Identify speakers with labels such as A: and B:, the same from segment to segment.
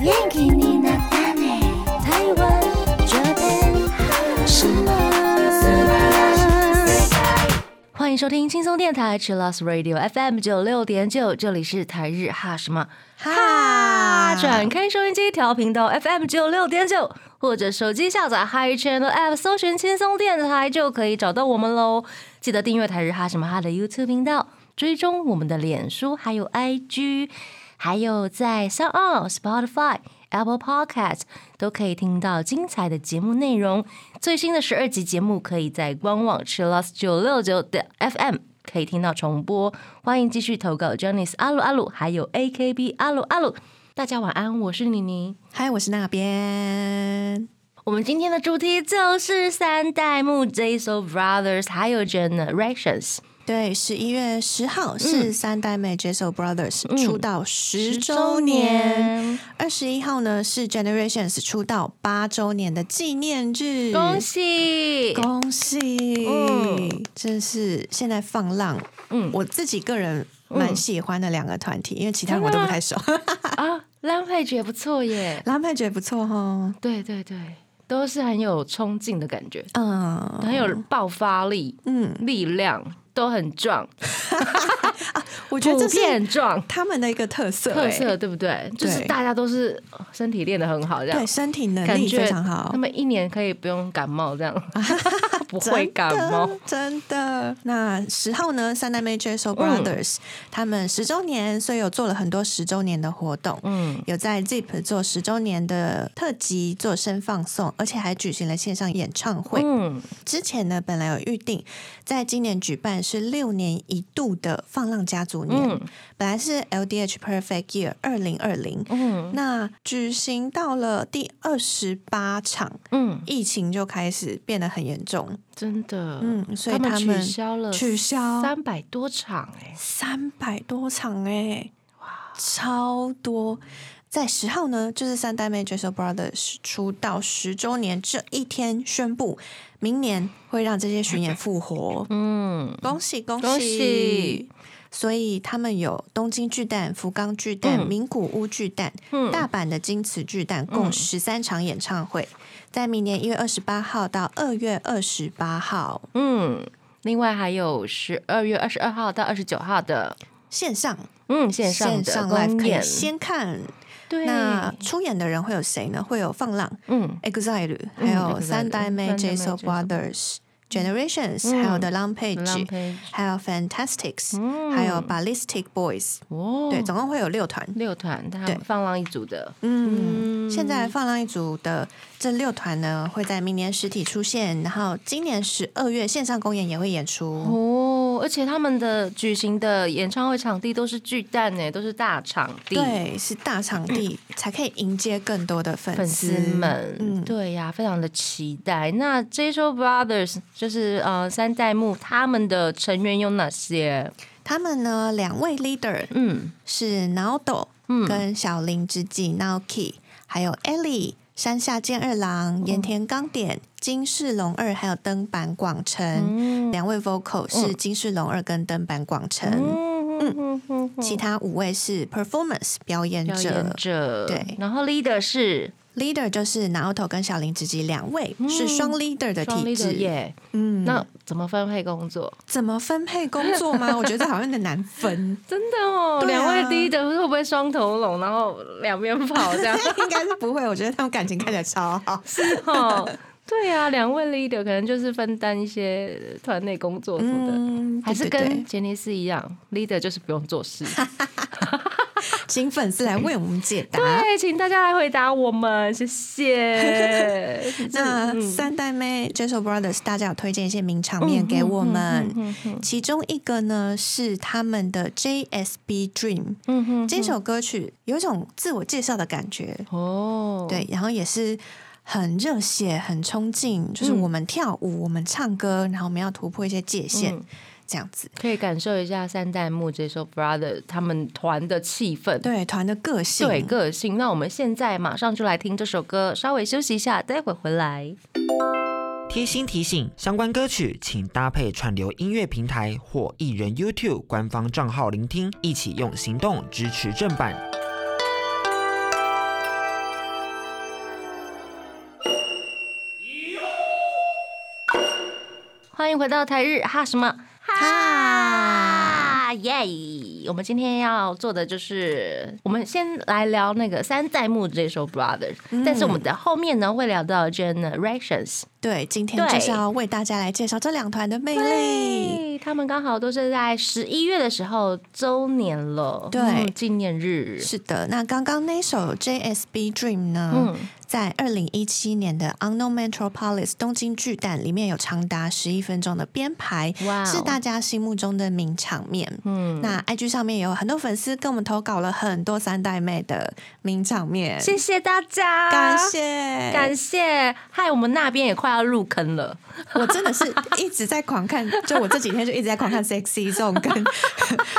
A: 元気になったね台湾这边什么
B: 欢迎收听轻松电台 Chillus Radio FM 九六点九，这里是台日哈什么哈，转开收音机调频道 FM 九六点九，或者手机下载 Hi Channel App 搜寻轻松电台就可以找到我们喽。记得订阅台日哈什么哈的 YouTube 频道，追踪我们的脸书还有 IG，还有在 s o n Spotify。Apple Podcast 都可以听到精彩的节目内容。最新的十二集节目可以在官网 Chillus 九六九的 FM 可以听到重播。欢迎继续投稿 j o n n y s 阿鲁阿鲁，还有 AKB 阿鲁阿鲁。大家晚安，我是妮妮。
C: 嗨，我是那边。
B: 我们今天的主题就是三代目 JSO Brothers 还有 Generations。
C: 对，十一月十
B: 嗯
C: 号是三代妹 JSO Brothers、出道十周年，二十一号呢是 Generations 出道八周年的纪念日，
B: 恭喜！
C: 恭喜！
B: 嗯
C: 真是现在放浪，
B: 嗯
C: 我自己个人蛮喜欢的两个团体，因为其他人我都不太熟。
B: 啊，Rampage 也不错耶。
C: 蓝派觉得不错哦哈，
B: 对对对，都是很有冲劲的感觉，
C: 嗯，
B: 很有爆发力，嗯
C: 嗯，
B: 力量都很壮，
C: 我觉得
B: 普
C: 这
B: 遍
C: 是
B: 壮。
C: 他们的一个特色、
B: 特
C: 欸
B: 色对不对？就是
C: 对
B: 大家都是呃身体练得很好，这样
C: 对身体能
B: 感
C: 力
B: 觉
C: 非常好
B: 他。们一年可以不用感冒，这 样不会感冒。
C: 真的。真的那十号呢，三代妹 JSO
B: 嗯
C: Brothers、他们十周年，所以有做了很多十周年的活动。
B: 嗯，
C: 有在 Zip 做十周年的特辑做声放送，而且还举行了线上演唱会。
B: 嗯，
C: 之前呢，本来有预定在今年举办是六年一度的放浪家族年，
B: 嗯
C: 本来是 LDH Perfect Year 二零二零，
B: 嗯
C: 那举行到了第二十八场，
B: 嗯，
C: 疫情就开始变得很严重，
B: 真的，
C: 嗯，所以
B: 他
C: 他
B: 取
C: 们
B: 消了
C: 取消
B: 三百多场、哎，，
C: 三百多场哎、哇，超多！在十号呢，就是三代妹 JSO Brothers 出道十周年这一天宣布，明年会让这些巡演复活
B: 嗯，
C: 恭喜恭喜！
B: 恭喜
C: 所以他们有东京巨蛋、福冈巨蛋、
B: 嗯
C: 名古屋巨蛋、
B: 嗯
C: 大阪的金瓷巨蛋，共十三场演唱会，在明年一月二十八号到二月二十八号
B: 嗯，另外还有十二月二十二号到二十九号的，
C: 线上
B: 嗯，线上的
C: live
B: 公
C: 可以
B: 演，
C: 先看。
B: 对，
C: 那出演的人会有谁呢？会有放浪
B: 嗯
C: EXILE，
B: 嗯
C: 还有
B: EXILE
C: 三代
B: 三代妹
C: 妹 JSO
B: JSON
C: Brothers、Generations，
B: 嗯
C: 还有 The Long Page，
B: ，Rampage，
C: 还有 Fantastics，
B: 嗯
C: 还有 Ballistic Boys，
B: 哦，
C: 对，总共会有六团。
B: 六团，他
C: 对
B: 放浪一组的，
C: 嗯，现在放浪一组的这六团呢，会在明年实体出现，然后今年十二月线上公演也会演出。
B: 哦，而且他们的举行的演唱会场地都是巨蛋呢，都是大场地。
C: 对，是大场地才可以迎接更多的粉
B: 粉丝们，
C: 嗯，
B: 对呀、非常的期待。那 JSO Brothers 就是呃三代目，他们的成员有哪些？
C: 他们呢，两位 leader
B: 嗯
C: 是 Naoto
B: 嗯
C: 跟小林之纪 Naoki，还有 Ellie、山下健二
B: 嗯
C: 郎、盐田刚典、金世龙二，还有登坂广成。
B: 嗯
C: 两位 vocal 是金世龙二跟登坂广成，
B: 嗯嗯，
C: 其他五位是 performance 表演
B: 表演
C: 者。
B: 者
C: 嗯对
B: 然后 leader 是
C: leader 就是 Naoto 跟小林之纪两位是双 leader 的
B: 嗯双
C: 体
B: leader
C: 制。
B: 耶，
C: 嗯，
B: 那怎么分配工作？
C: 怎么分配工作 吗？我觉得好像有点难分，
B: 真的哦，
C: 对
B: 两、
C: 啊
B: 位 leader 会不会双头龙，然后两边跑这样？
C: 应该是不会。我觉得他们感情看起来超好。
B: 哦，对啊，两位 leader 可能就是分担一些团内工作什么的，
C: 嗯，
B: 还是
C: 对对对
B: 跟杰尼斯一样，leader 就是不用做 事。
C: 请粉丝来为我们解答。
B: 对，请大家来回答我们，谢 谢。嗯
C: 那三代妹 JSO Brothers，大家有推荐一些名场面给我
B: 嗯
C: 们，其中一个呢是他们的 JSB Dream
B: 嗯哼，
C: 这首歌曲，有一种自我介绍的感觉，
B: 哦，，
C: 对，然后也是。很热血，很冲劲，就是
B: 嗯
C: 我们跳舞，我们唱歌，然后我们要突破一些界限，
B: 嗯
C: 这样子。
B: 可以感受一下三代目这首 Brother 他们团的气氛。
C: 对团的个性，
B: 对个性，那我们现在马上就来听这首歌，稍微休息一下，待会回来。
D: 贴心提醒：相关歌曲请搭配串流音乐平台或艺人 YouTube 官方账号聆听，一起用行动支持正版。
B: 欢迎回到台日哈什么哈耶！我们今天要做的就是，我们先来聊那个三代目这首 Brothers，、但
C: 嗯
B: 是我们的后面呢会聊到 Generations，
C: 对，今天
B: 对
C: 就是要为大家来介绍这两团的魅力。
B: 对，他们刚好都是在十一月的时候周年了，
C: 对
B: 嗯纪念日，
C: 是的，那刚刚那首 JSB Dream 呢，
B: 嗯
C: 在二零一七年的 Unknown Metropolis 东京巨蛋里面有长达十一分钟的编排，
B: 哇哦
C: 是大家心目中的名场面。
B: 嗯，
C: 那 IG 上面也有很多粉丝跟我们投稿了很多三代妹的名场面，
B: 谢谢大家，
C: 感谢
B: 感谢，害我们那边也快要入坑了。
C: 我真的是一直在狂看， 就我这几天就一直在狂看 Sexy Zone 跟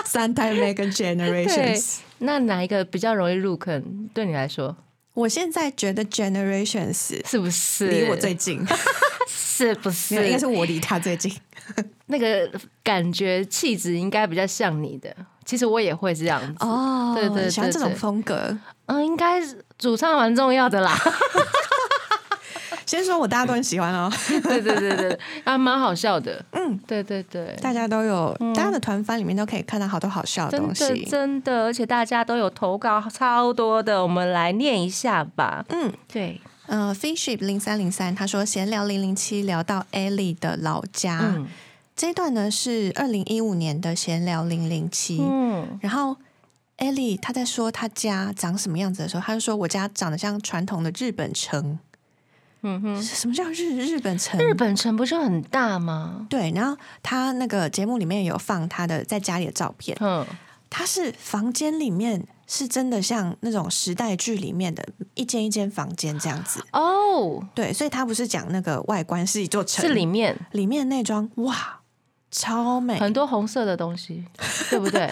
C: 三代妹跟 Generations。
B: 那哪一个比较容易入坑？对你来说
C: 我现在觉得 Generations
B: 是不是？
C: 离我最近，
B: 是不
C: 没有
B: 是？
C: 应该是我离他最近。
B: 那个感觉气质应该比较像你的。其实我也会这样子，
C: 哦
B: 对对对
C: 喜欢这种
B: 对
C: 风格。
B: 嗯，应该是主唱蛮重要的啦。
C: 先说我大家都很喜欢 哦，
B: 对对对对，还蛮好笑的。嗯，对对对，
C: 大家都有，大家的团番里面都可以看到好多好笑嗯的
B: 真
C: 东
B: 的
C: 西。
B: 真的，而且大家都有投稿超多的，我们来念一下吧。
C: 嗯，
B: 对，
C: 呃，Finship 零三零三他说闲聊零零七聊到 Ellie 的老家，
B: 嗯
C: 这一段呢是二零一五年的闲聊零零七，
B: 嗯，
C: 然后 Ellie 她在说她家长什么样子的时候，她就说我家长得像传统的日本城。嗯哼，什么叫日日本城？
B: 日本城不是很大吗？
C: 对，然后她那个节目里面有放她的在家里的照片，
B: 嗯，
C: 它是房间里面是真的像那种时代剧里面的一间一间房间这样子。
B: 哦，
C: 对，所以它不是讲那个外观是一座城，
B: 是里面
C: 里面内装哇，超美，
B: 很多红色的东西，对不对？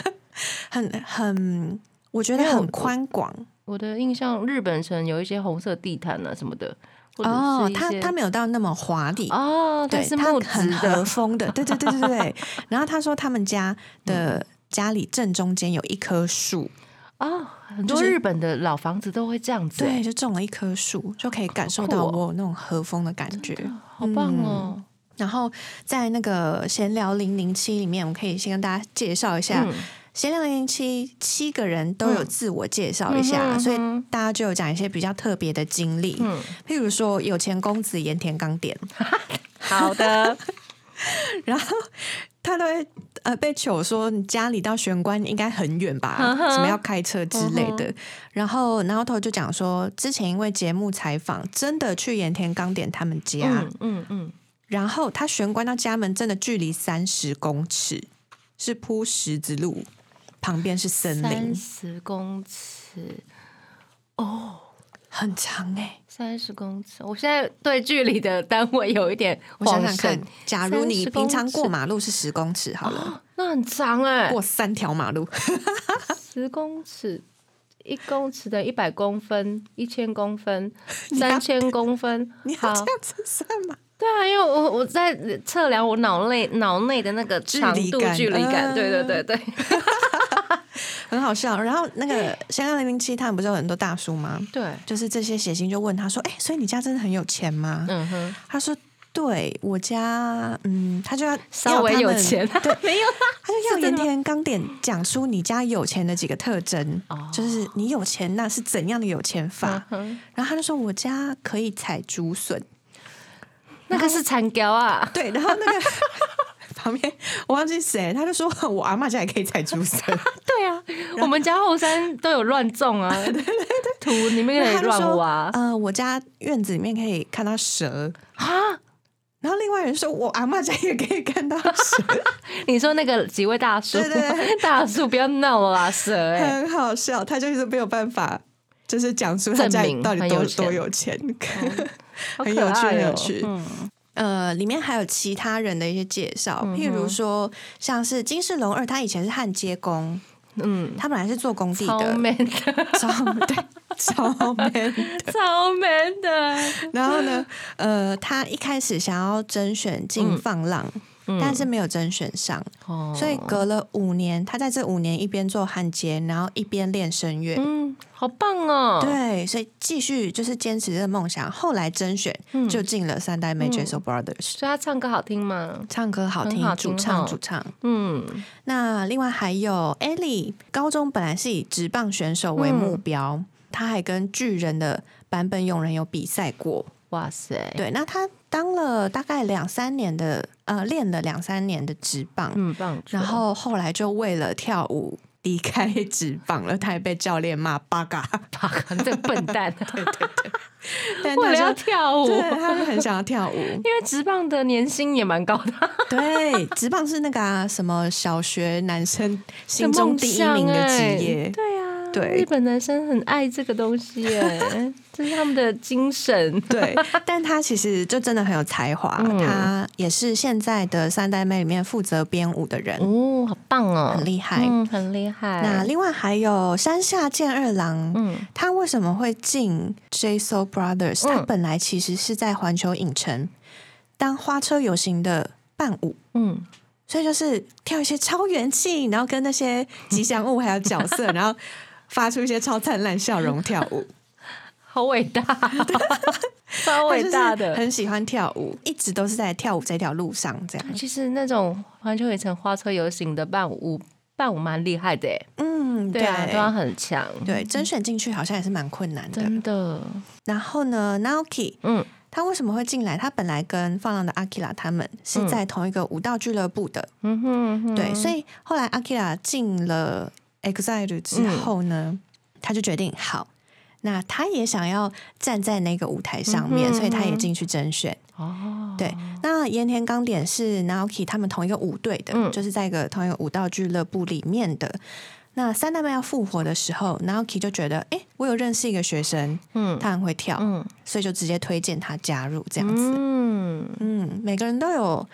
C: 很很，我觉得
B: 因为我
C: 很宽广
B: 我的印象，日本城有一些红色地毯啊什么的，或者
C: 哦
B: 是。一
C: 它
B: 些
C: 它没有到那么华丽，
B: 哦，它
C: 对，
B: 是
C: 它
B: 木
C: 很
B: 质
C: 和
B: 的，
C: 风的，对对对对对对。 然后他说他们家
B: 嗯
C: 的家里正中间有一棵树，
B: 哦，很多
C: 就是
B: 日本的老房子都会这样子，欸
C: 对，，就种了一棵树，就可以感受
B: 酷
C: 到
B: 哦
C: 我有那种和风的感觉。
B: 好棒
C: 嗯
B: 哦，
C: 然后在那个闲聊零零七里面，我们可以先跟大家介绍一下
B: 嗯，
C: 闲聊零零七七个人都有自我介绍一下，
B: 嗯哼
C: 所以
B: 嗯哼
C: 大家就有讲一些比较特别的经历，
B: 嗯
C: 譬如说有钱公子盐田刚典，
B: 好的，
C: 然后他都会呃被求说你家里到玄关应该很远吧，
B: 嗯
C: 什么要开车之类的。然后然后头就讲说，之前因为节目采访，真的去盐田刚典他们家，
B: 嗯嗯嗯，
C: 然后他玄关到家门真的距离三十公尺，是铺石子路，旁边是森
B: 三
C: 林，
B: 十公尺，
C: 很长哎、
B: 三十公尺，我现在对距离的单位有一点
C: 我想
B: 恍
C: 想看
B: 神，，
C: 假如你
B: 30
C: 平常
B: 公
C: 过
B: 尺
C: 马路是十公尺好了，
B: 那很长哎，
C: 过三条马路，
B: 十公尺，一公尺等于一百公分，一千公 分，
C: 要
B: 三千公分
C: 你，
B: 好
C: 要这。样子算吗？
B: 对啊，因为我我在测量我脑内脑内的那个长
C: 距
B: 度
C: 离感
B: 距离感，
C: 嗯
B: 对对对对
C: 很好笑。然后那个香港零零七他们不是有很多大叔吗？
B: 对，
C: 就是这些写信就问他说：“哎、所以你家真的很有钱吗？”
B: 嗯哼，
C: 他说：“对我家，嗯，他就要
B: 稍微
C: 要他
B: 有
C: 们
B: 钱， 对，没有啦，
C: 他就要盐田刚点讲出你家有钱的几个特征，
B: 哦
C: 就是你有钱那是怎样的有钱法。
B: 嗯
C: 然后他就说我家可以采竹笋，
B: 那个是残雕 啊，
C: 对，然后那个旁边我忘记谁，他就说我阿妈家也可以采 竹笋，
B: 对啊，我们家后山都有乱种 啊，土里面可
C: 然
B: 以
C: 后他就
B: 乱
C: 说
B: 挖
C: 呃，我家院子里面可以看到蛇。
B: 啊。
C: 然后另外人说我阿妈家也可以看到 蛇，
B: 你说那个几位大叔，
C: 对对
B: 大叔不要闹了啦， 蛇哎、
C: 很好笑，他就是没有办法。就是讲出他
B: 证
C: 家里
B: 明
C: 到底
B: 很
C: 多
B: 有钱哦
C: 多有钱，
B: 好
C: 很
B: 可
C: 有趣
B: 爱
C: 很有
B: 哦
C: 趣
B: 嗯，
C: 呃，里面还有其他人的一些介绍，
B: 嗯
C: 譬如说像是金世龙二，他以前是焊接工，嗯，他本来是做工地
B: 超
C: 的，
B: man 的，
C: 超对， 超 man。
B: 超 man 的，
C: 然后呢，呃，他一开始想要甄选进放浪，但是没有甄选上，
B: 嗯哦
C: 所以隔了五年，他在这五年一边做焊接，然后一边练声乐。
B: 嗯，好棒哦！，
C: 对，所以继续就是坚持这个梦想。后来甄选
B: 嗯
C: 就进了三代妹 j a s o Brothers，、
B: 所以他唱歌好听吗？
C: 唱歌好听
B: 很好，听
C: 主唱
B: 哦
C: 主唱。
B: 嗯，
C: 那另外还有 Ellie，高中本来是以职棒选手为目标，
B: 嗯
C: 他还跟巨人的版本勇人有比赛过。
B: 哇塞，，
C: 对，那他当了大概两三年的，呃，练了两三年的职棒，
B: 嗯，棒球，
C: 然后后来就为了跳舞离开职棒了，他还被教练骂八嘎，
B: 把这笨 蛋，
C: 但
B: 为
C: 他
B: 了要
C: 就
B: 跳舞，。
C: 对，他就很想要跳 舞
B: 因为职棒的年薪也蛮高的，
C: 对，职棒是那个、啊、什么小学男生心
B: 的
C: 中
B: 梦
C: 第一
B: 想
C: 名的职
B: 哎
C: 业，
B: 对啊，
C: 对
B: 日本男生很爱这个东西 耶，这是他们的精神。
C: 对，但他其实就真的很有才华，
B: 嗯
C: 他也是现在的三代妹里面负责编舞的人，
B: 哦，好棒哦，
C: 很厉害。
B: 嗯，很厉害。
C: 那另外还有山下健二郎，
B: 嗯
C: 他为什么会进 JSO Brothers？、他
B: 嗯
C: 本来其实是在环球影城当花车游行的伴舞，
B: 嗯，
C: 所以就是跳一些超元气，然后跟那些吉祥物还有 角色，然后发出一些超灿烂笑容跳舞。
B: 好伟大， 超
C: 他
B: 伟
C: 就是
B: 大的。
C: 很喜欢跳舞，一直都是在跳舞这条路上这样。
B: 其实那种环球影城花车游行的伴舞，伴舞蛮厉害的耶，
C: 嗯，
B: 对啊，都嗯要很强，
C: 对，甄选进去好像也是蛮困难的。
B: 真的，
C: 然后呢，Naoki
B: 嗯
C: 他为什么会进来？他本来跟放浪的 Akira 他们是在同一个舞蹈俱乐部的，
B: 嗯哼嗯哼，
C: 对，所以后来 Akira 进了 EXILE 之后呢，
B: 嗯
C: 他就决定好，那他也想要站在那个舞台上面，
B: 嗯哼
C: 所以他也进去甄选。
B: 哦，
C: 对，那盐田刚典是 Naoki 他们同一个舞队的，
B: 嗯
C: 就是在一个同一个舞蹈俱乐部里面的。那三代妹要复活的时候，Naoki 就觉得，哎、我有认识一个学生，
B: 嗯
C: 他很会跳，
B: 嗯
C: 所以就直接推荐他加入这样子。
B: 嗯
C: 嗯每个人都有，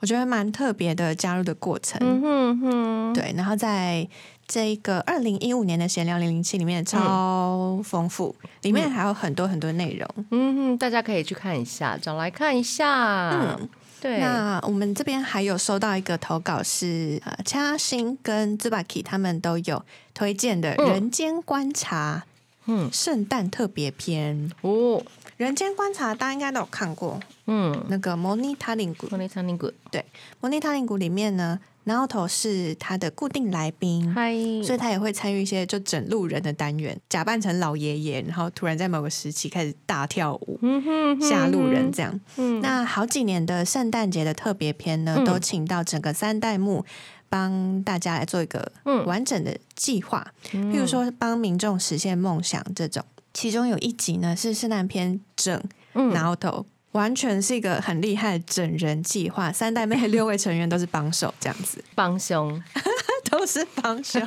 C: 我觉得蛮特别的加入的过程。
B: 嗯哼哼，
C: 对，然后在这一个二零一五年的闲聊零零七里面超丰富，里面还有很多很多内容。
B: 嗯哼，大家可以去看一下，找来看一下，嗯，对，
C: 那我们这边还有收到一个投稿是呃，掐星跟 Zubaki 他们都有推荐的《
B: 嗯
C: 人间观察》
B: 嗯
C: 圣诞特别篇，《
B: 哦，
C: 人间观察》大家应该都有看过，
B: 嗯，
C: 那个莫妮塔林谷，
B: 我来唱那个，
C: 莫妮塔林谷里面呢，然后头是他的固定来宾。
B: 嗨，
C: 所以他也会参与一些就整路人的单元，假扮成老爷爷，然后突然在某个时期开始大跳舞，
B: 嗯哼
C: 吓路人，这样。
B: 嗯
C: 那好几年的圣诞节的特别篇呢，
B: 嗯
C: 都请到整个三代目帮大家来做一个
B: 嗯
C: 完整的计划，
B: 嗯
C: 譬如说帮民众实现梦想这种。其中有一集呢是圣诞篇整
B: 嗯
C: 然后头。完全是一个很厉害的整人计划，三代妹六位成员都是帮手，这样子
B: 帮凶，
C: 都是帮 凶，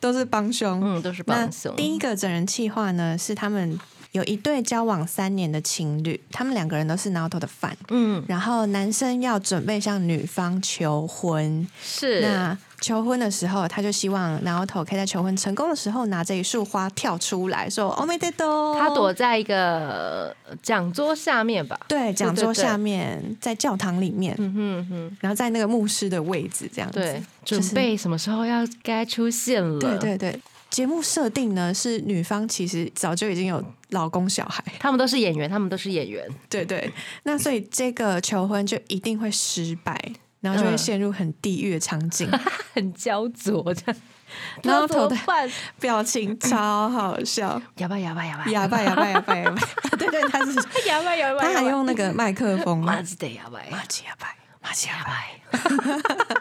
C: 都是帮凶。
B: 嗯，都是
C: 那
B: 帮凶，
C: 第一个整人计划呢，是他们有一对交往三年的情侣，他们两个人都是 Naoto 的饭，
B: 嗯
C: 然后男生要准备向女方求婚。
B: 是，
C: 那求婚的时候，他就希望 Naoto 可以在求婚成功的时候拿着一束花跳出来说 “Oh my god”。
B: 他躲在一个呃讲桌下面吧，
C: 对讲桌
B: 对对
C: 下面，在教堂里面，
B: 嗯哼哼，
C: 然后在那个牧师的位置这样子。
B: 对，
C: 就
B: 准
C: 是
B: 备什么时候要该出现了，
C: 对啊对对。节目设定呢是女方其实早就已经有老公小孩，
B: 他们都是演员，他们都是演员，
C: 对对，那所以这个求婚就一定会失败，然后就会
B: 嗯
C: 陷入很地狱的场 景。
B: 很焦灼这样，
C: 然后
B: 那怎么
C: 头戴
B: 办？
C: 表情超好笑，
B: 哑巴哑巴哑巴
C: 哑 巴哑巴哑巴哑巴， 对对，他是
B: 哑巴哑巴
C: 他
B: 哑
C: 还
B: 巴，
C: 用那个麦克风，
B: 马
C: 马
B: 子的哑巴，
C: 吉哑巴，马吉哑
B: 哑
C: 巴，
B: 巴，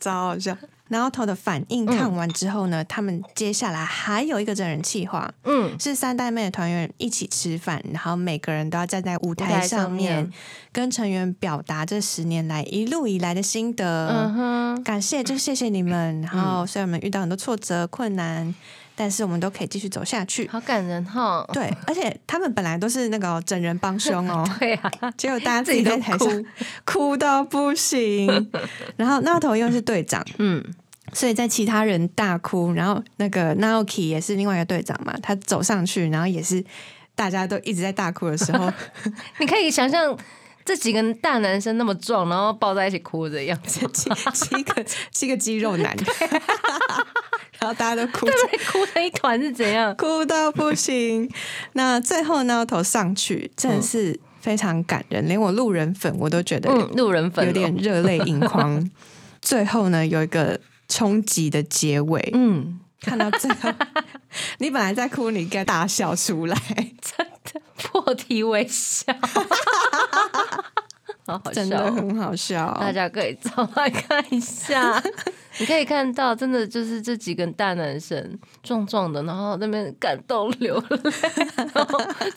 C: 超好笑。然后头的反应
B: 嗯
C: 看完之后呢，他们接下来还有一个真人企划，
B: 嗯，
C: 是三代妹的团员一起吃饭，然后每个人都要站在舞
B: 舞
C: 台
B: 台上
C: 上面
B: 面
C: 跟成员表达这十年来一路以来的心得。
B: 嗯哼，嗯
C: 感谢，就是谢谢你们。然后虽然我们遇到很多挫折、困难，但是我们都可以继续走下去。
B: 好感人哈，
C: 对，而且他们本来都是那个整人帮凶 哦，
B: 对啊，
C: 结果大家自己在 台上哭到不行。然后那头又是队长，
B: 嗯，
C: 所以在其他人大哭，然后那个 Naoki 也是另外一个队长嘛，他 走上去，然后也是大家都一直在大哭的时候，
B: 你可以想象。这几个大男生那么壮，然后抱在一起哭的样 子，
C: 七七个七个肌肉男， 然后大家都哭着
B: 哭成一团是怎样？
C: 哭到不行。那最后呢，头上去，真的是非常感人，连我路人粉我都觉得
B: 嗯嗯，路人粉
C: 有
B: 哦
C: 点热泪盈 眶。最后呢，有一个冲击的结尾，
B: 嗯，
C: 看到最 后，你本来在哭，你应该大笑出来，
B: 破涕为笑， 好好笑哦，
C: 真的很好笑。
B: 大家可以找来看一 下，你可以看到，真的就是这几个大男生壮壮的，然后那边感动流泪，然后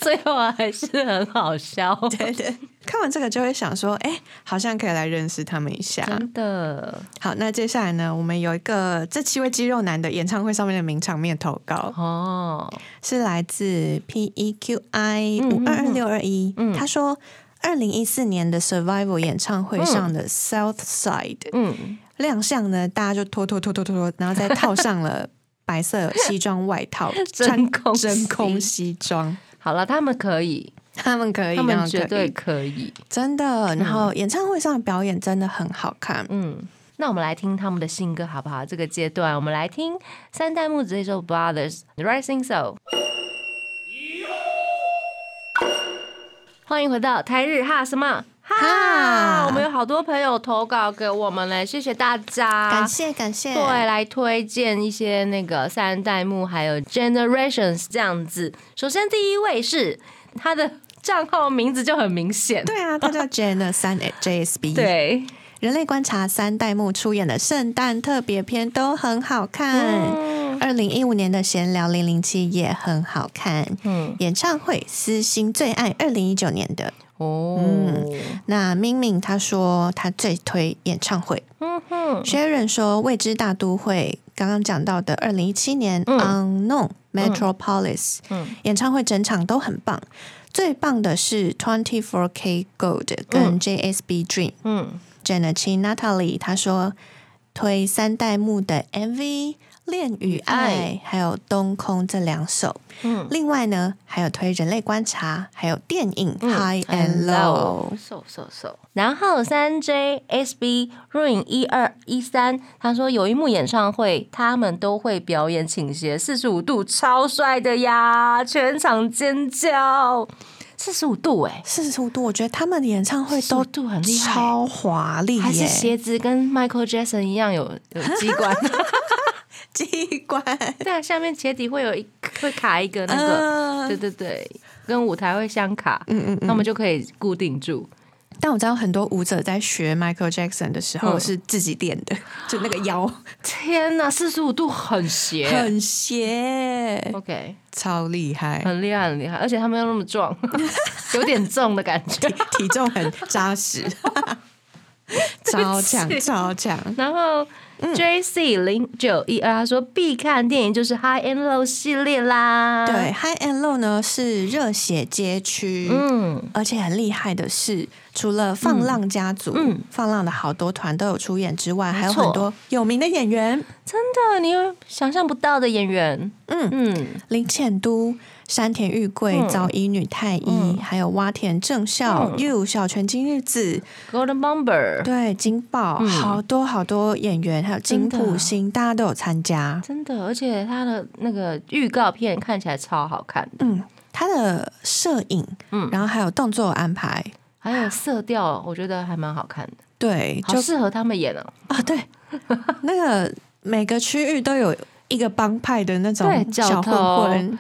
B: 最后还是很好笑，
C: 对对，看完这个就会想说，哎、好像可以来认识他们一下。
B: 真的
C: 好，那接下来呢，我们有一个这七位肌肉男的演唱会上面的名场面投稿，
B: 哦，
C: 是来自 P E Q I
B: 嗯
C: 五二二六二一
B: 嗯，
C: 他说。二零一四年的 Survival 演唱会上的 South Side、
B: 嗯，
C: 亮相呢，大家就脱脱脱脱脱脱，然后再套上了白色西装外 套，
B: 真
C: 穿
B: 空
C: 真
B: 西
C: 空西装，
B: 好了，他们可以，
C: 他们可以，
B: 他
C: 然
B: 们
C: 后
B: 绝
C: 可
B: 对
C: 以嗯
B: 可以，
C: 真的。然后演唱会上的表演真的很好看，
B: 嗯。那我们来听他们的新歌好不好？这个阶段，我们来听三代目这首《Brothers Rising s o 欢迎回到台日哈什么哈？
C: 哈
B: 我们有好多朋友投稿给我们嘞，谢谢大家，
C: 感。谢感谢，
B: 对，来推荐一些那个三代目，还有 Generations 这样子。首先第一位是他的账号名字就很明显，
C: 对啊，他叫 Jane 三 JSB，，
B: 对，
C: 人类观察三代目出演的圣诞特别篇都很好看。二零一五年的闲聊零零七也很好看，
B: 嗯，
C: 演唱会私心最爱二零一九年的
B: 哦，
C: 那明明他说他最推演唱会、
B: 嗯哼，
C: s h a r o n 说未知大都会，刚刚讲到的二零一七年、Unknown Metropolis、
B: 嗯
C: 演唱会整场都很棒，最棒的是 Twenty Four K Gold 跟 JSB Dream、
B: 嗯，
C: Janachi Natalie，他说推三代目的 MV《恋与爱》还有《东空》这两首。
B: 嗯
C: 另外呢，还有推《人类观察》，还有电影《High
B: 嗯 and
C: and Low》。
B: 瘦瘦瘦。然后三 J S B Rain 一二一三，他说有一幕演唱会，他们都会表演倾斜四十五度，超帅的呀，全场尖叫。四十五度哎、
C: 四十五度，我觉得他们的演唱会
B: 都
C: 都
B: 度很厉害，
C: 超华丽耶，
B: 还是鞋子跟 Michael Jackson 一样有有机 关。
C: 机关。
B: 对啊，下面鞋底会有一会卡一个那个，
C: 嗯
B: 对对对，跟舞台会相卡，嗯嗯他们就可以固定住。
C: 但我知道很多舞者在学 Michael Jackson 的时候
B: 嗯
C: 是自己练的， 就那个腰
B: 天哪，四十五度很斜
C: 很斜，嗯
B: OK，
C: 超厉害，
B: 很厉害，很厉害，而且他们又那么 壮，有点重的感觉。
C: 体重很扎 实，超强超强。
B: 然后 J C 零九一二他说必看电影就是 High and Low 系列啦。
C: 对，，High and Low 呢是热血街区，
B: 嗯，
C: 而且很厉害的是，除了放浪家族、
B: 嗯
C: 放浪的好多团都有出演之外，还有
B: 错
C: 很多有名的演员，
B: 真的，你有想象不到的演员。
C: 嗯
B: 嗯，
C: 林浅都、山田裕贵、早乙女太一，
B: 嗯
C: 还有洼田正孝、又、小泉今日子，
B: Golden Bomber，
C: 对金宝，好多好多演员，还有金
B: 嗯真的
C: 普星，大家都有参加。
B: 真的，而且他的那个预告片看起来超好看的，
C: 嗯，他的摄影，
B: 嗯
C: 然后还有动作安排，
B: 还有色调，我觉得还蛮好看的，
C: 对，
B: 好
C: 就
B: 适合他们演哦。
C: 啊，对，那个每个区域都有一个帮派的那
B: 对
C: 种
B: 角
C: 小混混，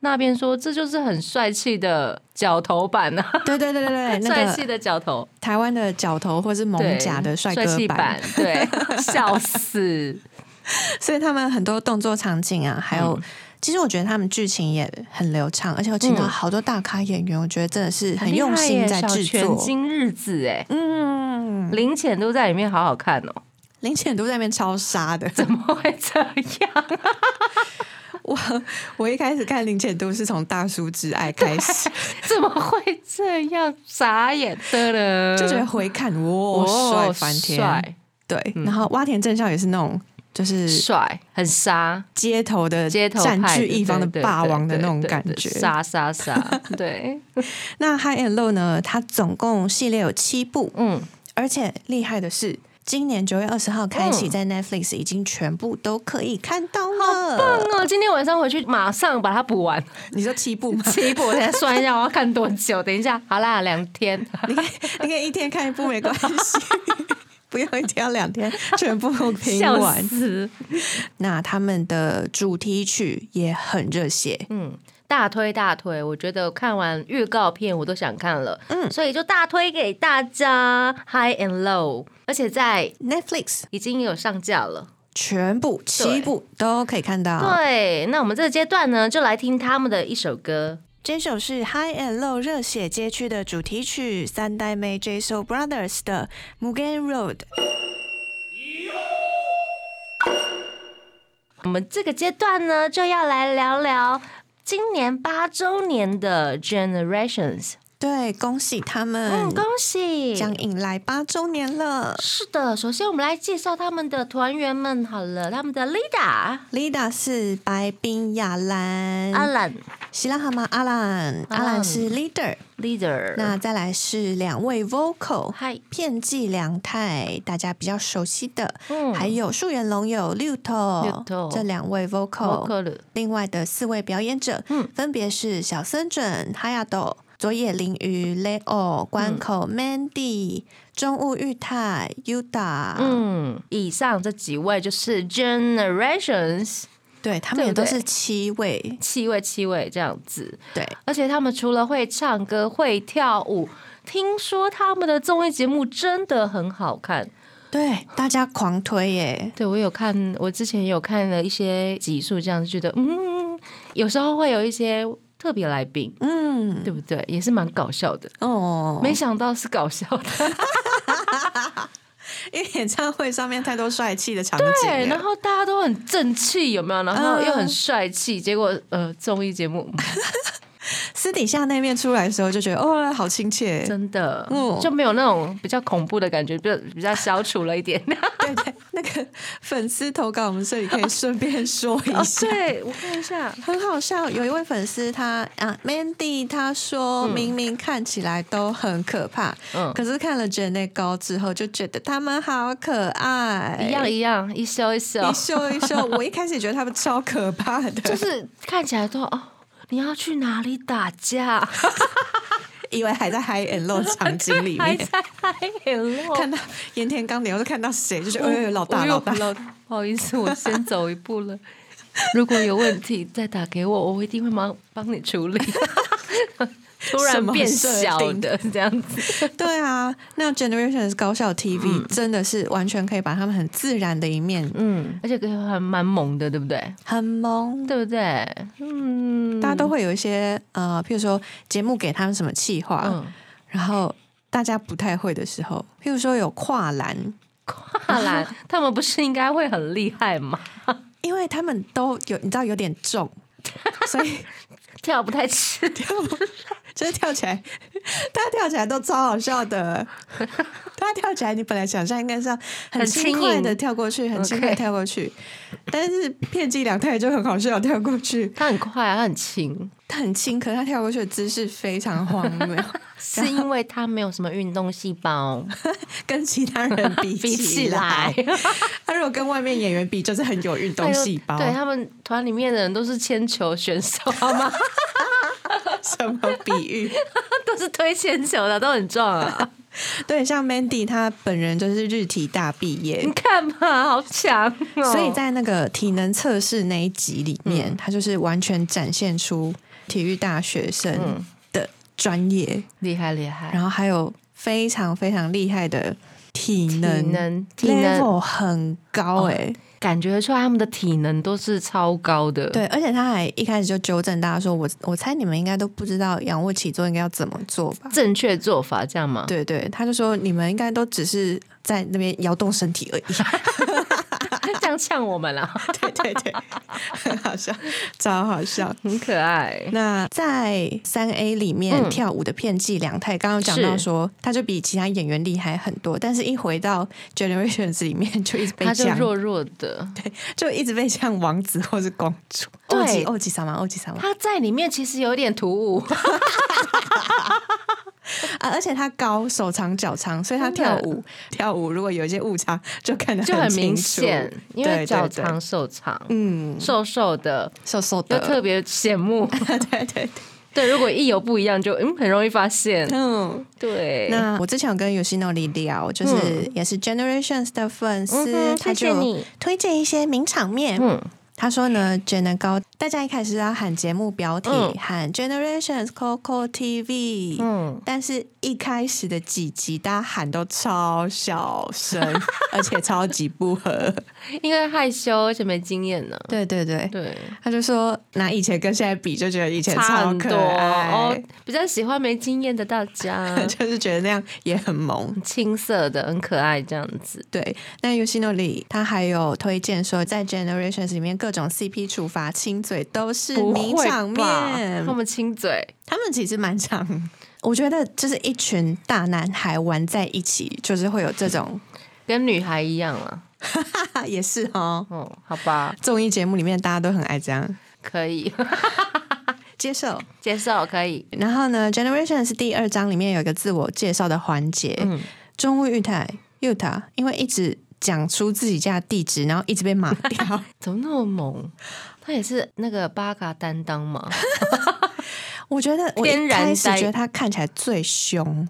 B: 那边说这就是很帅气的角头版啊，
C: 对对对对对，哎那
B: 帅气
C: 个
B: 的角头。
C: 台湾的角头或是
B: 对
C: 蒙甲的帅哥
B: 气
C: 版，，
B: 对，笑死，
C: 所以他们很多动作场景啊，还有、
B: 嗯
C: 其实我觉得他们剧情也很流畅，而且我请到
B: 嗯
C: 好多大咖演员，我觉得真的是 很用心在制
B: 很厉害耶小
C: 作
B: 泉。今日子哎，
C: 嗯，
B: 林浅都在里面，好好看哦，
C: 林浅都在那边超杀的。
B: 怎么会这样？
C: 我我一开始看林浅都是从《大叔之爱》开 始，
B: 怎么会这样？傻眼的了，
C: 就觉得回看哇，
B: 哦
C: 帅翻天。
B: 帅嗯
C: 对，然后洼田正孝也是那种就是
B: 帅，很杀，
C: 街头的
B: 街头
C: 占
B: 派
C: 据
B: 的
C: 一方的
B: 对对
C: 霸
B: 对
C: 王的
B: 对
C: 那种
B: 对
C: 感
B: 对
C: 觉。
B: 杀杀 杀，对，
C: 那 High and Low 呢？它总共系列有七部，
B: 嗯，
C: 而且厉害的是，今年九月二十号开启，
B: 嗯
C: 在 Netflix 已经全部都可以看到
B: 好棒
C: 了。
B: 哦！今天晚上回去马上把它补完。
C: 你说七部吗？
B: 七部，我等一下算一下我要看多久。等一下，好啦，两天。
C: 你可以， 你可以一天看一部没关系，不用一定要两天全部 拼
B: 笑
C: 完。
B: 死！
C: 那他们的主题曲也很热血，
B: 嗯大推大推，我觉得看完预告片我都想看了，嗯，所以就大推给大家，High and Low，而且在
C: Netflix
B: 已经有上架了。
C: 全部七部都可以看
B: 啊
C: 到。
B: 对，那我们这个阶段呢，就来听他们的一首歌。
C: 这首是《High and Low》热血街区的主题曲，三代妹 j s o Brothers 的《Mugen Road》。
B: 我们这个阶段呢，就要来聊聊今年八周年的 Generations。
C: 对，恭喜他们
B: 嗯，，恭喜！
C: 将迎来八周年了。
B: 是的，首先我们来介绍他们的团员们好了，他们的 Lida、
C: Lida 是白冰亚兰，
B: 阿兰、
C: 希拉哈马阿兰，阿兰是 leader。
B: Leader，
C: 那再来是两位 vocal，
B: 嗨
C: 片寄凉太，大家比较熟悉的，
B: 嗯
C: 还有树原龙有六头
B: 六头
C: 这两位 vocal，,
B: Vocal
C: 另外的四位表演者，
B: 嗯
C: 分别是小森准、哈亚斗、佐野绫鱼、Leo、关口、Mandy、中务裕太、Yuda，
B: 嗯，以上这几位就是 Generations
C: 对他们也
B: 对
C: 都
B: 不对
C: 是七位，
B: 七位七位这样子，
C: 对，
B: 而且他们除了会唱歌，会跳舞。听说他们的综艺节目真的很好看，
C: 对，大家狂推耶，
B: 对我有看，我之前有看了一些集数，这样觉得嗯，有时候会有一些特别来宾，
C: 嗯，
B: 对不对？也是蛮搞笑的，
C: 哦，
B: 没想到是搞笑的。
C: 因为演唱会上面太多帅气的场
B: 对，
C: 景啊
B: 然
C: 了，
B: 后大家都很正气，有没有？然后
C: 嗯
B: 又很帅气，结果呃，综艺节目
C: 私底下那面出来的时候就觉得，哦，好亲切，
B: 真的
C: 嗯
B: 就没有那种比较恐怖的感觉，就比较消除了一 点。
C: 对对，那个粉丝投稿，我们这里 可以顺便说一
B: 哦，
C: 下。
B: 对，我看一下，
C: 很好笑，有一位粉丝他啊，Mandy，他说明明看起来都很可怕，
B: 嗯
C: 可是看了 Jenny 高之后，就觉得他们好可爱，
B: 一样一样，一修一修
C: 哎一，秀一 秀。我一开始也觉得他们超可怕的，就
B: 就是看起来都哦，你要去哪里打架？
C: 以为还在 High and Low 场景 里
B: 还
C: 面，
B: 在海眼
C: 看到盐田刚点，我就看到谁，就觉得哎，老大老大，
B: 哦老，不好意思，我先走一步了。如果有问题再打给我，我一定会帮帮你处 理。突
C: 什
B: 然
C: 么
B: 变
C: 设
B: 小
C: 定
B: 的这样子，
C: 对啊，那 Generations 高校 TV 真的是完全可以把他们很自然的一面，
B: 嗯，而且歌还蛮萌的，对不对？
C: 很萌，
B: 对不对？嗯，
C: 大家都会有一些呃，譬如说节目给他们什么企划，
B: 嗯，
C: 然后大家不太会的时候，譬如说有跨栏，
B: 跨栏，他们不是应该会很厉害吗？
C: 因为他们都有你知道有点重，所以
B: 跳不太起，
C: 跳就是跳起来， 他跳起来都超好笑的。他跳起来，你本来想象应该是要很
B: 很
C: 轻
B: 轻
C: 快的
B: 盈
C: 跳过去，很轻快地
B: OK
C: 跳过去，但是片伎俩他也就很好笑地跳过去，
B: 他很快、啊，他很轻，
C: 他很轻，可是他跳过去的姿势非常荒 谬，
B: 是因为他没有什么运动细胞，
C: 跟其他人比
B: 比
C: 起
B: 起
C: 来
B: 来，
C: 他如果跟外面演员比，就是很有运动细胞，
B: 对他们团里面的人都是铅球选手，好吗？
C: 什么比喻？
B: 都是推铅球的，都很壮 啊！
C: 对，像 Mandy 她本人就是日体大毕业
B: 你，看嘛，好强嗯哦！嗯
C: 所以在那个体能测试那一集里面，她就是完全展现出体育大学生
B: 嗯
C: 的专业，
B: 厉害厉害，
C: 然后还有非常非常厉害的体
B: 体
C: 能，
B: 能体
C: level
B: 能哦
C: 很高哎、
B: 感觉出来他们的体能都是超高的，
C: 对，而且她还一开始就纠正大家说，我我猜你们应该都不知道仰卧起坐应该要怎么做吧？
B: 正确做法这样吗？
C: 对对，他就说你们应该都只是在那边摇动身体而已。
B: 啊这样呛我们啊啦，
C: 对对对，很好笑，超好笑。
B: 很可爱。
C: 那在三 A 里面、
B: 嗯
C: 跳舞的片技两太，刚刚讲到
B: 是
C: 说，他就比其他演员厉害很多，但是一回到 Generations 里面， 就一直被
B: 他就
C: 讲，
B: 弱弱的，
C: 就一直被像王子或是公主。
B: 对
C: 欧吉欧吉桑嘛，欧吉桑嘛
B: 他在里面其实有一点突 兀，
C: 啊！而且他高手长脚长，所以他
B: 真的
C: 跳舞跳舞如果有一些误差，就看得
B: 就很
C: 清
B: 明
C: 楚
B: 显，因
C: 对
B: 为
C: 对
B: 脚
C: 对呃
B: 长手长，
C: 嗯，
B: 瘦瘦的，
C: 瘦瘦
B: 又
C: 的，
B: 特别显 目。
C: 对对对，
B: 对，如果一有不一样，就嗯很容易发 现。
C: 嗯。
B: 对，
C: 那我之前有跟 Yoshinori 聊，就是也是 Generations 的粉丝，
B: 嗯嗯哼
C: 他
B: 谢谢
C: 就
B: 你
C: 推荐一些名场面。
B: 嗯
C: 他说呢，Gen 高，大家一开始要喊节目标题，
B: 嗯
C: 喊 Generations Coco TV，、
B: 嗯，
C: 但是一开始的几集大家喊都超 小声，而且超级不合。
B: 因为害羞而且没经验呢。
C: 对对对，
B: 对，
C: 他就说拿以前跟现在比，就觉得以前
B: 差
C: 超
B: 很
C: 可
B: 多
C: 爱，，
B: 哦，比较喜欢没经验的大家
C: 就是觉得那样也很萌。
B: 青涩的很可爱这样子。
C: 对，那 Yoshinori 他还有推荐说，在 Generations 里面各种 CP 处罚亲嘴都是
B: 不
C: 名
B: 会
C: 场
B: 吧
C: 面，
B: 他们亲嘴，
C: 他们其实蛮 常，我觉得就是一群大男孩玩在一起，就是会有这种，
B: 跟女孩一样啊。
C: 也是哦。
B: 哦，好吧，
C: 综艺节目里面大家都很爱这样
B: 可以
C: 接受。
B: 接受，可以。
C: 然后呢，Generations 第二章里面有一个自我介绍的环节，
B: 嗯，
C: 中务裕太 u t a 因为一直讲出自己家的地址，然后一直被骂 掉。
B: 怎么那么萌？他也是那个八嘎担当 嘛，
C: 我觉得我
B: 天
C: 一
B: 然
C: 开始
B: 呆
C: 觉得他看起来最凶，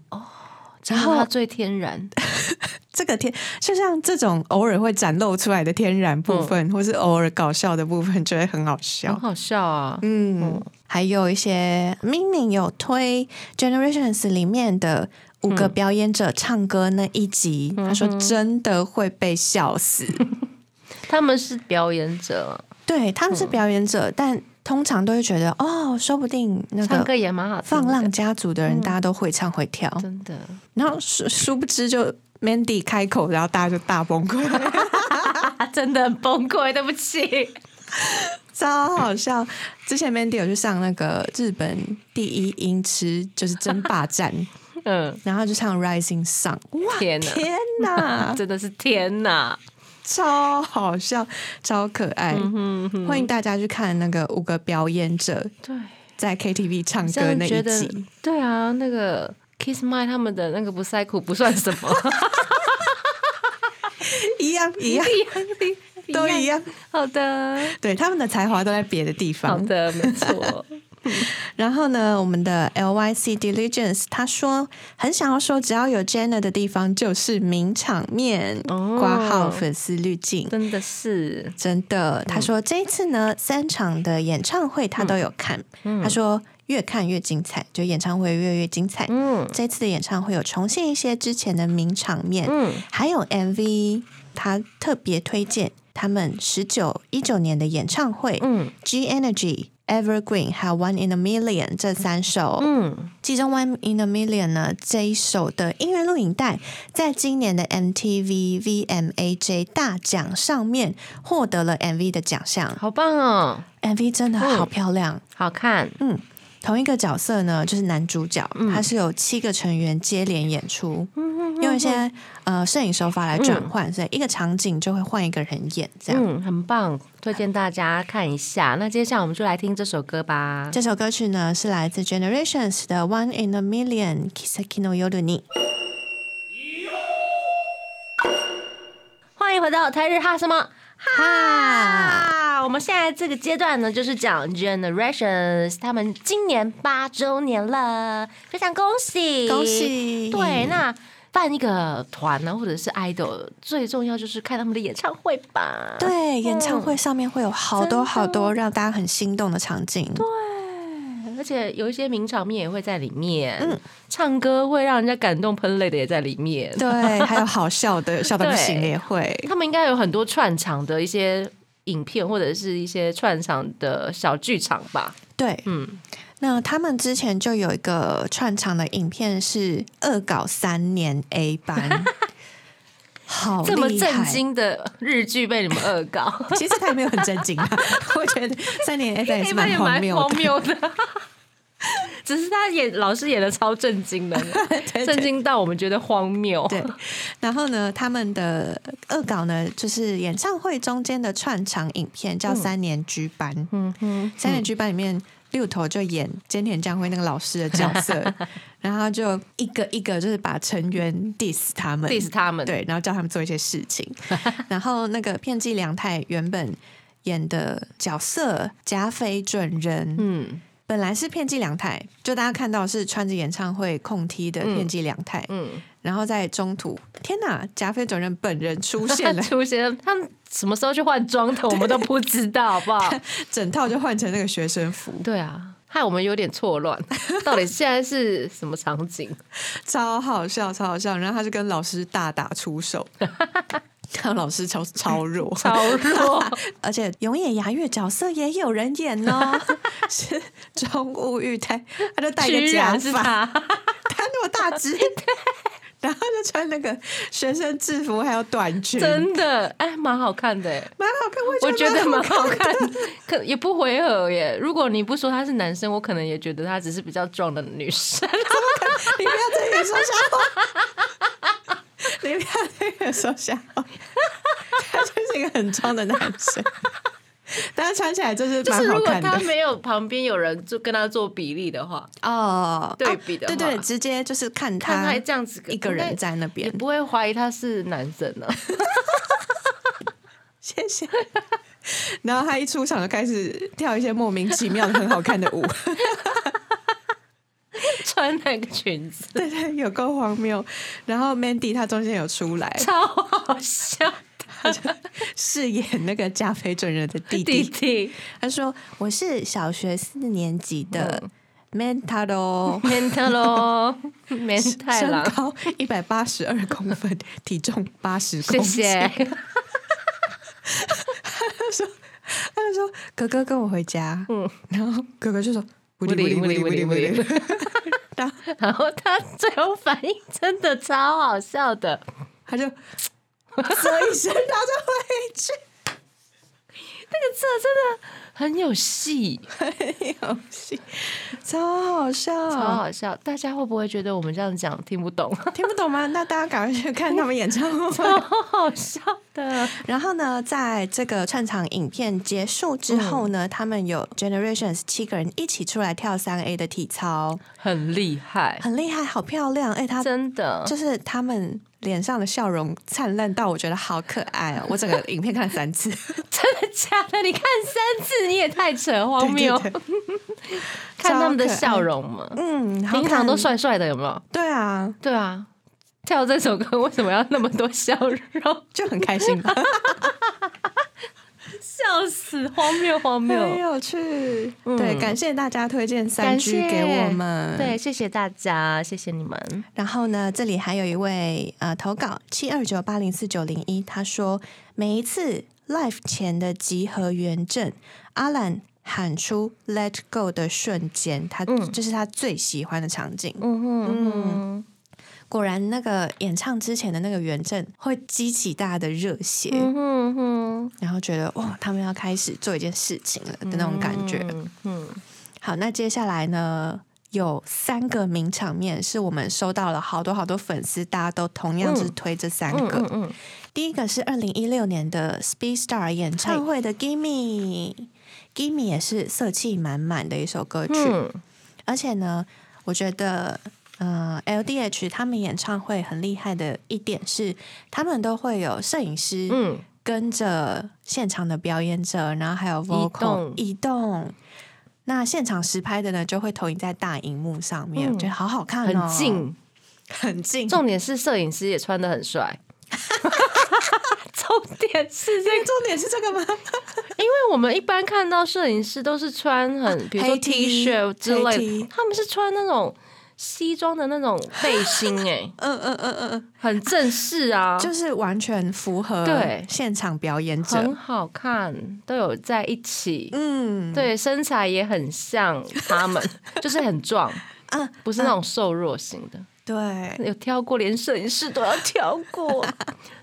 B: 然
C: 后
B: 后他最天然，
C: 这个天就像这种偶尔会展露出来的天然部
B: 嗯
C: 分，或是偶尔搞笑的部分，就会很好
B: 很
C: 笑。
B: 好笑啊。
C: 嗯，还有一些明明有推 Generations 里面的五
B: 嗯
C: 个表演者唱歌那一集，他说真的会被 笑死。
B: 他们是表演者，
C: 对，他们是表演者，但通常都会觉得哦，说不定那
B: 嗯唱歌
C: 个。
B: 也蛮好听的，嗯
C: 放浪家族的人，大家都会唱会跳，
B: 真的。
C: 然后殊殊不知就 Mandy 开口，然后大家就大崩溃。
B: 啊，真的很崩溃，对不起。
C: 超好笑！之前 Mandy 有去上那个日本第一音痴，就是争霸战，
B: 嗯，
C: 然后就唱 Rising Sun，哇，
B: 天哪
C: 天 哪，
B: 真的是天哪！
C: 超好笑，超可爱！
B: 嗯
C: 欢迎大家去看那个五个表演者
B: 对，
C: 在 KTV 唱
B: 这
C: 歌
B: 样
C: 那
B: 觉
C: 一
B: 得
C: 集，
B: 对啊，那个 Kiss My 他们的那个不塞苦不算什么，
C: 一样 一样，
B: 一样的，
C: 都一。样。
B: 好的，
C: 对，他们的才华都在别的地
B: 好
C: 方。
B: 的，没错。
C: 然后呢，我们的 LYC Diligence 他说很想要说，只要有 Jenna 的地方就是名场面，
B: 哦
C: 挂号粉丝滤镜。
B: 真的是
C: 真的，他说这一次呢，
B: 嗯
C: 三场的演唱会他都有看。他说越看越精彩，就演唱会越越精彩。
B: 嗯
C: 这次的演唱会有重现一些之前的名场面，
B: 嗯
C: 还有 MV。他特别推荐他们十九一九年的演唱会，
B: 嗯
C: G Energy、Evergreen 还有 One in a Million 这三首。
B: 嗯，
C: 其中 One in a Million 呢这一首的音乐录影带，在今年的 MTV VMAJ 大奖上面获得了 MV 的奖项。
B: 好棒哦，
C: MV 真的好漂亮。
B: 好看。
C: 同一个角色呢，就是男主角，
B: 嗯
C: 他是有七个成员接连演出，用一些呃摄影手法来转换，所以一个场景就会换一个人演这样。
B: 嗯，很棒，推荐大家看一下。那接下来我们就来听这首歌吧。
C: 这首歌曲呢是来自 Generations 的《One in a Million》Kiseki no Yoru ni。
B: 欢迎回到台日哈什么
C: 哈，
B: 啊？我们现在这个阶段呢，就是讲 Generations，他们今年八周年了，非常恭喜，
C: 恭！喜！
B: 对，那办一个团呢、或者是 idol，最重要就是看他们的演唱会吧。
C: 对，演唱
B: 嗯
C: 会上面会有好多好多让大家很心动的场景。
B: 而且有一些名场面也会在里面，唱歌会让人家感动喷泪的也在里面。
C: 对，还有好笑的，笑到不行的也会。
B: 他们应该有很多串场的一些影片，或者是一些串场的小剧场吧。
C: 对，
B: 嗯，
C: 那他们之前就有 一个串场的影片是恶搞三年 A 班。好
B: 这么
C: 厉
B: 震
C: 害
B: 惊的日剧被你们恶搞，
C: 其实他也没有很震惊啊， 我觉得三年 F 也是
B: 一般
C: 蛮
B: 也
C: 荒
B: 蛮
C: 谬
B: 荒
C: 的。
B: 谬的。 只是他演老师演的超震惊 的，震惊到我们觉得荒谬。
C: 对，然后呢，他们的恶搞呢，就是演唱会中间的串场影片，叫《三年居班》。
B: 嗯哼，
C: 三年居班》里面，六头就演菅田将晖那个老师的角 色，然后他就一个一个就是把成员 diss 他们
B: diss 他们，
C: 对，然后叫他们做一些事 情。然后那个片寄良太原本演的角色甲斐准人，
B: 嗯
C: 本来是片寄凉太，就大家看到是穿着演唱会控 T 的片寄凉太，
B: 嗯，
C: 然后在中途，天哪，贾斐准人本人出
B: 他
C: 现了，
B: 出现，他们什么时候去换装的，我们都不知道，好不 好？
C: 整套就换成那个学生服，
B: 对啊，害我们有点错 乱，到底现在是什么场景？
C: 超好笑，超好笑。然后他就跟老师大打 出手，然后老师超超弱，
B: 超弱，
C: 而且永野芽郁角色也有人演哦， 是中物裕太，他就戴一个
B: 居
C: 假
B: 然是
C: 发，
B: 他，
C: 他那么大 只，然后就穿那个学生制服，还有短裙，
B: 真的，哎，蛮好看的耶，
C: 蛮好 看，
B: 我
C: 我
B: 觉
C: 觉
B: 得
C: 得
B: 蛮
C: 蛮
B: 好
C: 好
B: 看
C: 看的。
B: 的，可也不回合耶。如果你不说他是男生，我可能也觉得他只是比较壮的女生。
C: 你不要对我说瞎话，你不要对我说瞎话。他就是一个很装的男生，但他穿起来就是
B: 就是
C: 蛮
B: 如
C: 好
B: 果
C: 看的
B: 他没有旁边有人就跟他做比例的话，
C: 哦。
B: 对比的
C: 啊对
B: 话
C: 对，直接就是看
B: 看
C: 他
B: 他这样子
C: 一个人在那
B: 也
C: 边，
B: 不会怀疑他是男生啊呢、
C: 谢谢。 然后他一出场就开始跳一些莫名其妙的很好看 的舞，
B: 穿那个裙子
C: 对对，有够荒谬。然后 Mandy 她中间有 出来
B: 超好笑。
C: 饰演那个加菲准人的弟
B: 弟
C: 弟，
B: 弟
C: 他说我是小学四年级的
B: 嗯
C: Mantaro，、
B: ，mental 咯，mental 啊太
C: 身
B: 郎，
C: 高一百八十二公分， 体重八十公
B: 谢
C: 斤。
B: 谢。
C: 他就说：“哥哥跟我回家。”嗯，然后哥哥就说：“不
B: 理
C: 理
B: 不
C: 不
B: 理
C: 理不理
B: 不
C: 不
B: 理不
C: 理。不理” 然后
B: 然后他最后反应真的超好笑的，
C: 他就啧一声，然后就回去。
B: 那个字真的很有戏，
C: 游戏超
B: 超
C: 好笑，
B: 好笑。大家会不会觉得我们这样讲听不懂？
C: 听不懂吗？那大家赶快去看他们演唱会。
B: 超 好笑的，
C: 然后呢，在这个串场影片结束之后
B: 嗯
C: 呢，他们有 Generations 七个人一起出来跳三 A 的体操，
B: 很厉害，
C: 很厉害，好漂亮。哎，他
B: 真的。
C: 就是他们脸上的笑容灿烂到我觉得好可爱 哦！我整个影片看了三 次，
B: 真的假的？你看三次，你也太扯荒谬。
C: 对对对
B: 看他们的笑容嘛，
C: 嗯，好看
B: 平常都帅帅的，有没有？
C: 对啊，
B: 嗯对啊，跳这首歌为什么要那么多笑容？
C: 就很开 心吧，
B: 笑死，荒谬荒
C: 很
B: 谬。
C: 有嗯趣。对，感谢大家推荐三
B: 感谢
C: G 给我们。
B: 对，，谢谢大家，谢谢你们。
C: 然后呢，这里还有一位呃投稿七二九八零四九零一，他说每一次 live 前的集合圆阵，阿兰喊出 Let Go 的瞬间，他、这是他最喜欢的场景。
B: 嗯哼，
C: 果然，那个演唱之前的那个圆阵会激起大家的热血，
B: 嗯哼哼，
C: 然后觉得哇，他们要开始做一件事情了的那种感觉。
B: 嗯嗯，
C: 好，那接下来呢，有三个名场面是我们收到了好多好多粉丝，大家都同样是推这三个。
B: 嗯嗯
C: 第一个是二零一六年的 Speed Star 演唱会的 Gimme。Gimme 也是色气满满的一首歌曲，
B: 嗯
C: 而且呢，我觉得，呃，LDH 他们演唱会很厉害的一点是，他们都会有摄影师，
B: 嗯，
C: 跟着现场的表演者，然后还有
B: 动
C: vocal 移动。那现场实拍的呢，就会投影在大荧幕上面，
B: 嗯
C: 我觉得好好看、哦，
B: 很，啊嗯近。
C: 很近。重
B: 重点是摄影师也穿的很 帅。重点是这个，
C: 重点是这个 吗？
B: 因为我们一般看到摄影师都是穿很，比如说
C: 啊黑
B: T
C: T，
B: 恤之类
C: 黑
B: 的
C: T，
B: 他们是穿那种西装的那种背心、 欸，
C: 嗯嗯嗯嗯嗯，
B: 很正式啊，
C: 就是完全符合
B: 对
C: 现场表演
B: 很
C: 者。
B: 好看，都有在一起。
C: 嗯，
B: 对，身 材也很像他们，就是很壮，
C: 啊，
B: 不是那种瘦弱型的。
C: 对
B: 有跳过，连摄影师都要跳 过，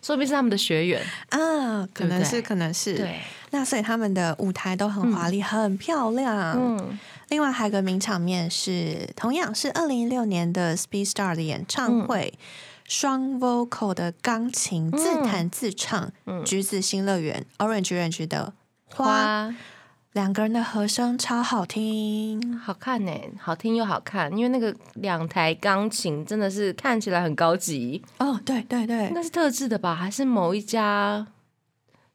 B: 说明是他们的学员。
C: 啊，可
B: 对不
C: 能
B: 对
C: 是可能是
B: 对，
C: 那所以他们的舞台都很华丽，很漂亮。
B: 嗯，
C: 另外还有个名场面是，同样是二零一六年的 Speed Star 的演唱会，
B: 嗯
C: 双 vocal 的钢琴自弹自唱，橘子新乐园 Orange Range 的花，
B: 嗯花
C: 两个人的和声超好听。
B: 好看呢、欸好听又好看，因为那个两台钢琴真的是看起来很高级，
C: 哦，对对对
B: 应，该是特制的吧，还是某一家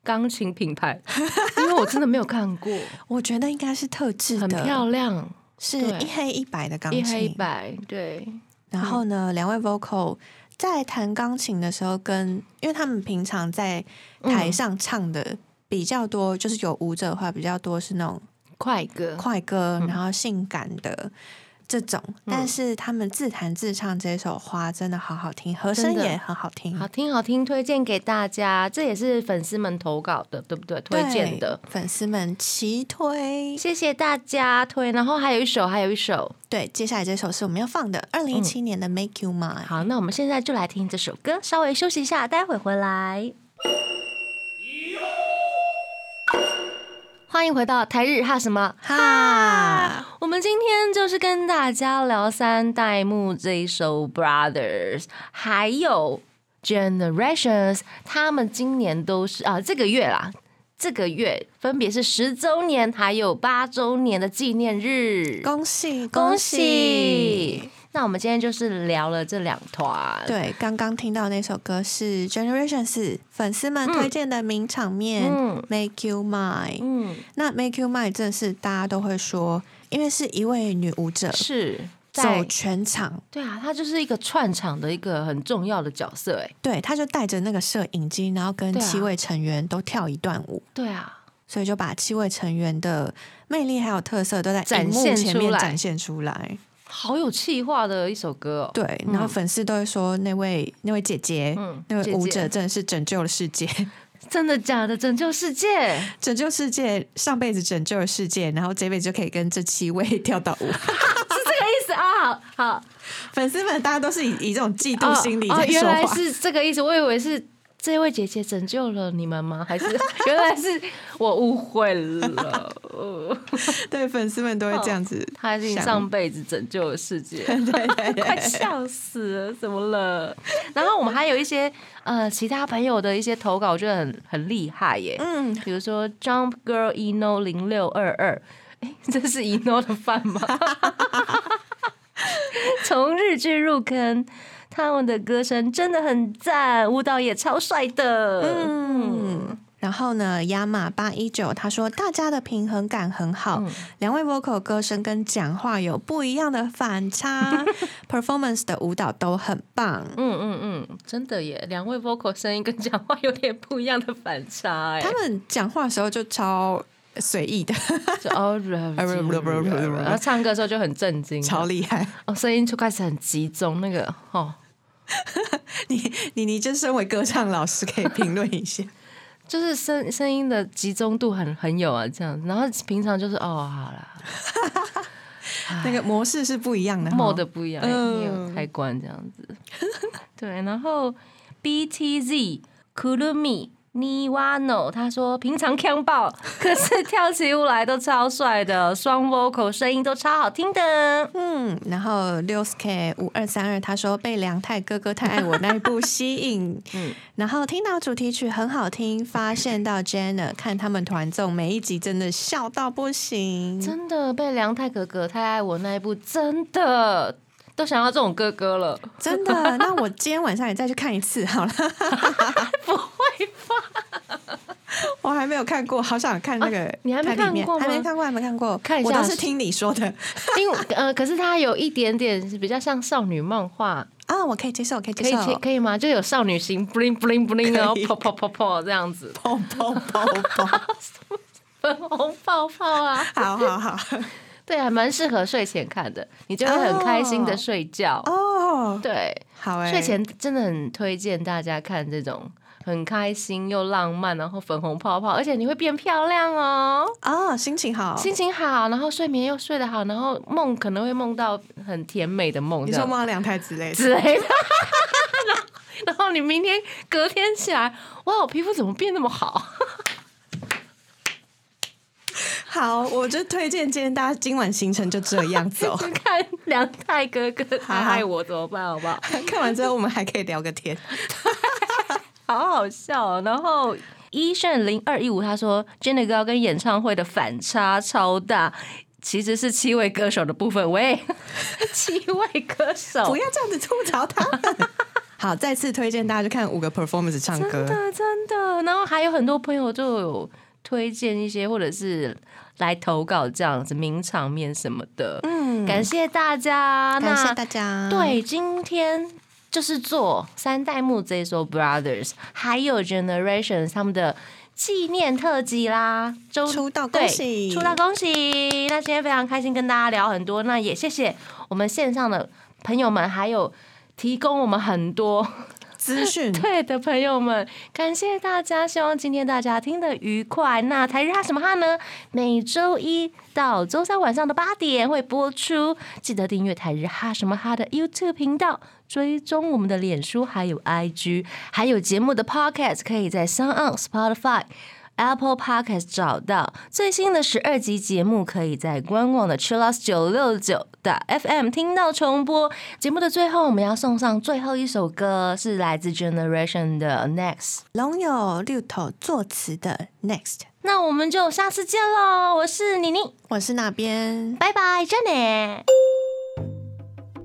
B: 钢琴品牌？ 因为我真的没有看过，
C: 我觉得应该是特制的，
B: 很漂亮，
C: 是
B: 对
C: 一黑一白的钢琴，
B: 一黑一白，对，
C: 然后呢，两位 vocal 在弹钢琴的时候跟，因为他们平常在
B: 嗯
C: 台上唱的比较多，就是有舞者的话比较多是那种
B: 快歌，
C: 快歌，
B: 嗯
C: 然后性感的这种，但是他们自弹自唱这首《花》真的好好听，和声
B: 真的
C: 也很好听，
B: 好听好听，推荐给大家，这也是粉丝们投稿的，对不对？推荐的，
C: 对粉丝们齐推。
B: 谢谢大家推。然后还有一首，还有一首，
C: 对，接下来这首是我们要放的二零一七年的《Make You Mine》。
B: 嗯好，那我们现在就来听这首歌，稍微休息一下，待会回来。欢迎回到台日哈什么
C: 哈，
B: 我们今天就是跟大家聊三代目这一首《Brothers》，还有 Generations，他们今年都是啊、这个月啦，这个月分别是十周年还有八周年的纪念日，
C: 恭喜
B: 恭喜！那我们今天就是聊了这两团，
C: 对，刚刚听到那首歌是 Generations 粉丝们
B: 嗯
C: 推荐的名场面、
B: 嗯
C: Make You Mine。
B: 嗯，
C: 那 Make You Mine 真的是大家都会说，因为是一位女舞者
B: 是
C: 走
B: 在
C: 全场，
B: 对啊，他就是一个串场的一个很重要的角色，哎，
C: 对，她就带着那个摄影机，然后跟
B: 对啊
C: 七位成员都跳一段舞，
B: 对啊，
C: 所以就把七位成员的魅力还有特色都在荧
B: 展
C: 幕
B: 现
C: 前
B: 出
C: 面
B: 来
C: 展现出来。
B: 好有气化的一首歌哦，
C: 对，然后
B: 嗯
C: 粉丝都会说那位那位姐姐，
B: 嗯
C: 那
B: 姐
C: 位舞
B: 姐
C: 者真的是拯救了世界。
B: 真的假的？拯救世界。
C: 拯救世界，上辈子拯救了世界，然后这辈子就可以跟这七位 跳到
B: 是
C: 舞。
B: 这个意思啊，好，
C: 粉丝们大家都是以以这种嫉
B: 好，
C: 妒心理
B: 哦哦
C: 在
B: 原
C: 说
B: 来
C: 话。
B: 是这个意思，我以为是这位姐姐拯救了你们吗？还是 原来是我误会了？呃
C: 对，粉丝们都会这样子
B: 哦他已经
C: 想
B: 上辈子拯救了世界，
C: 对对
B: 快笑死了，怎么了？然后我们还有一些呃其他朋友的一些投稿，我觉得很很厉害耶，
C: 嗯，
B: 比如说 Jump Girl Eno 零六二二，哎， 这是 Eno 的饭吗？ 从日剧入坑，他们的歌声真的很赞，舞蹈也超帅的。嗯，
C: 然后呢，亚马八一九他说大家的平衡感很好，
B: 嗯
C: 两位 vocal 歌声跟讲话有不一样的反 差，performance 的舞蹈都很棒。
B: 嗯嗯嗯，真的耶，两位 vocal 声音跟讲话有点不一样的反差哎
C: 他。们讲话的时候就超随意的，
B: 就哦，然后唱歌的时候就很震惊，
C: 超厉害。
B: 哦，声音就开始很集中，那个哦，
C: 你 你你，就身为歌唱老师，可以评论 一下。
B: 就是声声音的集中度很很有啊，这样。然后平常就是哦，好啦，
C: 那个模式是不一样的哈，
B: 哎 mode 不一样，
C: 嗯
B: 也有开关这样子。嗯 对，然后 BTZ Kurumi Niwano 他说平常强爆，可是跳起舞来都超帅的，双 vocal 声音都超好听的。
C: 嗯，然后六 K 五二三二他说被梁太哥哥太爱我那一部吸 引，嗯，然后听到主题曲很好听，发现到 Jenna 看他们团综每一集真的笑到不行，
B: 真的被梁太哥哥太爱我那一部，真的都想要这种哥哥了。
C: 真的。那我今天晚上也再去看一次好了，
B: 不会吧？
C: 我还没有看过，好想看那个、
B: 啊你还没
C: 它里
B: 看
C: 面
B: 过吗
C: 还没看过，还没看过，
B: 看一下
C: 我都是听你说的
B: 因为呃，可是他有一点点是比较像少女漫画，
C: 啊，我可以接受，我可以
B: 可
C: 接
B: 以
C: 受，
B: 可以可以吗？就有少女心，bling bling bling，然后
C: 可以
B: 泡泡泡泡这样子，
C: 砰砰砰砰，
B: 粉红泡泡啊，
C: 好好 好，
B: 对，还蛮适合睡前看的，你就会很开心的睡觉。
C: 哦，
B: 对，
C: 好哎、
B: 睡前真的很推荐大家看这种很开心又浪漫，然后粉红泡泡，而且你会变漂亮哦，
C: 啊、心情好。
B: 心情好，然后睡眠又睡得好，然后梦可能会梦到很甜美的梦，
C: 你
B: 这
C: 说
B: 样
C: 梦到两台之类的，
B: 之类的。 然后然后你明天隔天起来，哇，我皮肤怎么变那么好？。
C: 好，我就推荐今天大家今晚行程就这样走
B: 看梁太哥哥他爱我怎么办？好不好？
C: 看完之后，我们还可以聊个天。
B: 好好笑、哦。然后一炫零二一五他说 j e n n y 高跟演唱会的反差超大，其实是七位歌手的部分。喂， 七位歌手
C: 不，要这样子吐 槽他们。好，再次推荐大家去看五个 performance 唱
B: 真
C: 歌。
B: 的真的。然后还有很多朋友就有推荐一些，或者是来投稿这样子名场面什么的。
C: 嗯
B: 感谢大家，
C: 感谢
B: 那
C: 大家。，
B: 对，今天就是做三代目这一首 Brothers，还有 Generations 他们的纪念特辑啦，周
C: 出道
B: 对
C: 恭喜
B: 出道恭喜！那今天非常开心跟大家聊很多，那也谢谢我们线上的朋友们，还有。提供我们很多
C: 资讯
B: 对的朋友们，感谢大家，希望今天大家听得愉快。那台日哈什么哈呢？每周一到周三晚上的八点会播出，记得订阅台日哈什么哈的 YouTube 频道，追踪我们的脸书还有 IG，还有节目的 Podcast，可以在 s o n Spotify。Apple Podcast 找到最新的十二集节目，可以在官网的 Chillus 九六九的 FM 听到重播。节目的最后，我们要送上最后一首歌，是来自 Generation 的 Next。
C: 龙友六头作词的 Next，
B: 那我们就下次见喽！我是妮妮，
C: 我是那边
B: 拜拜，真的。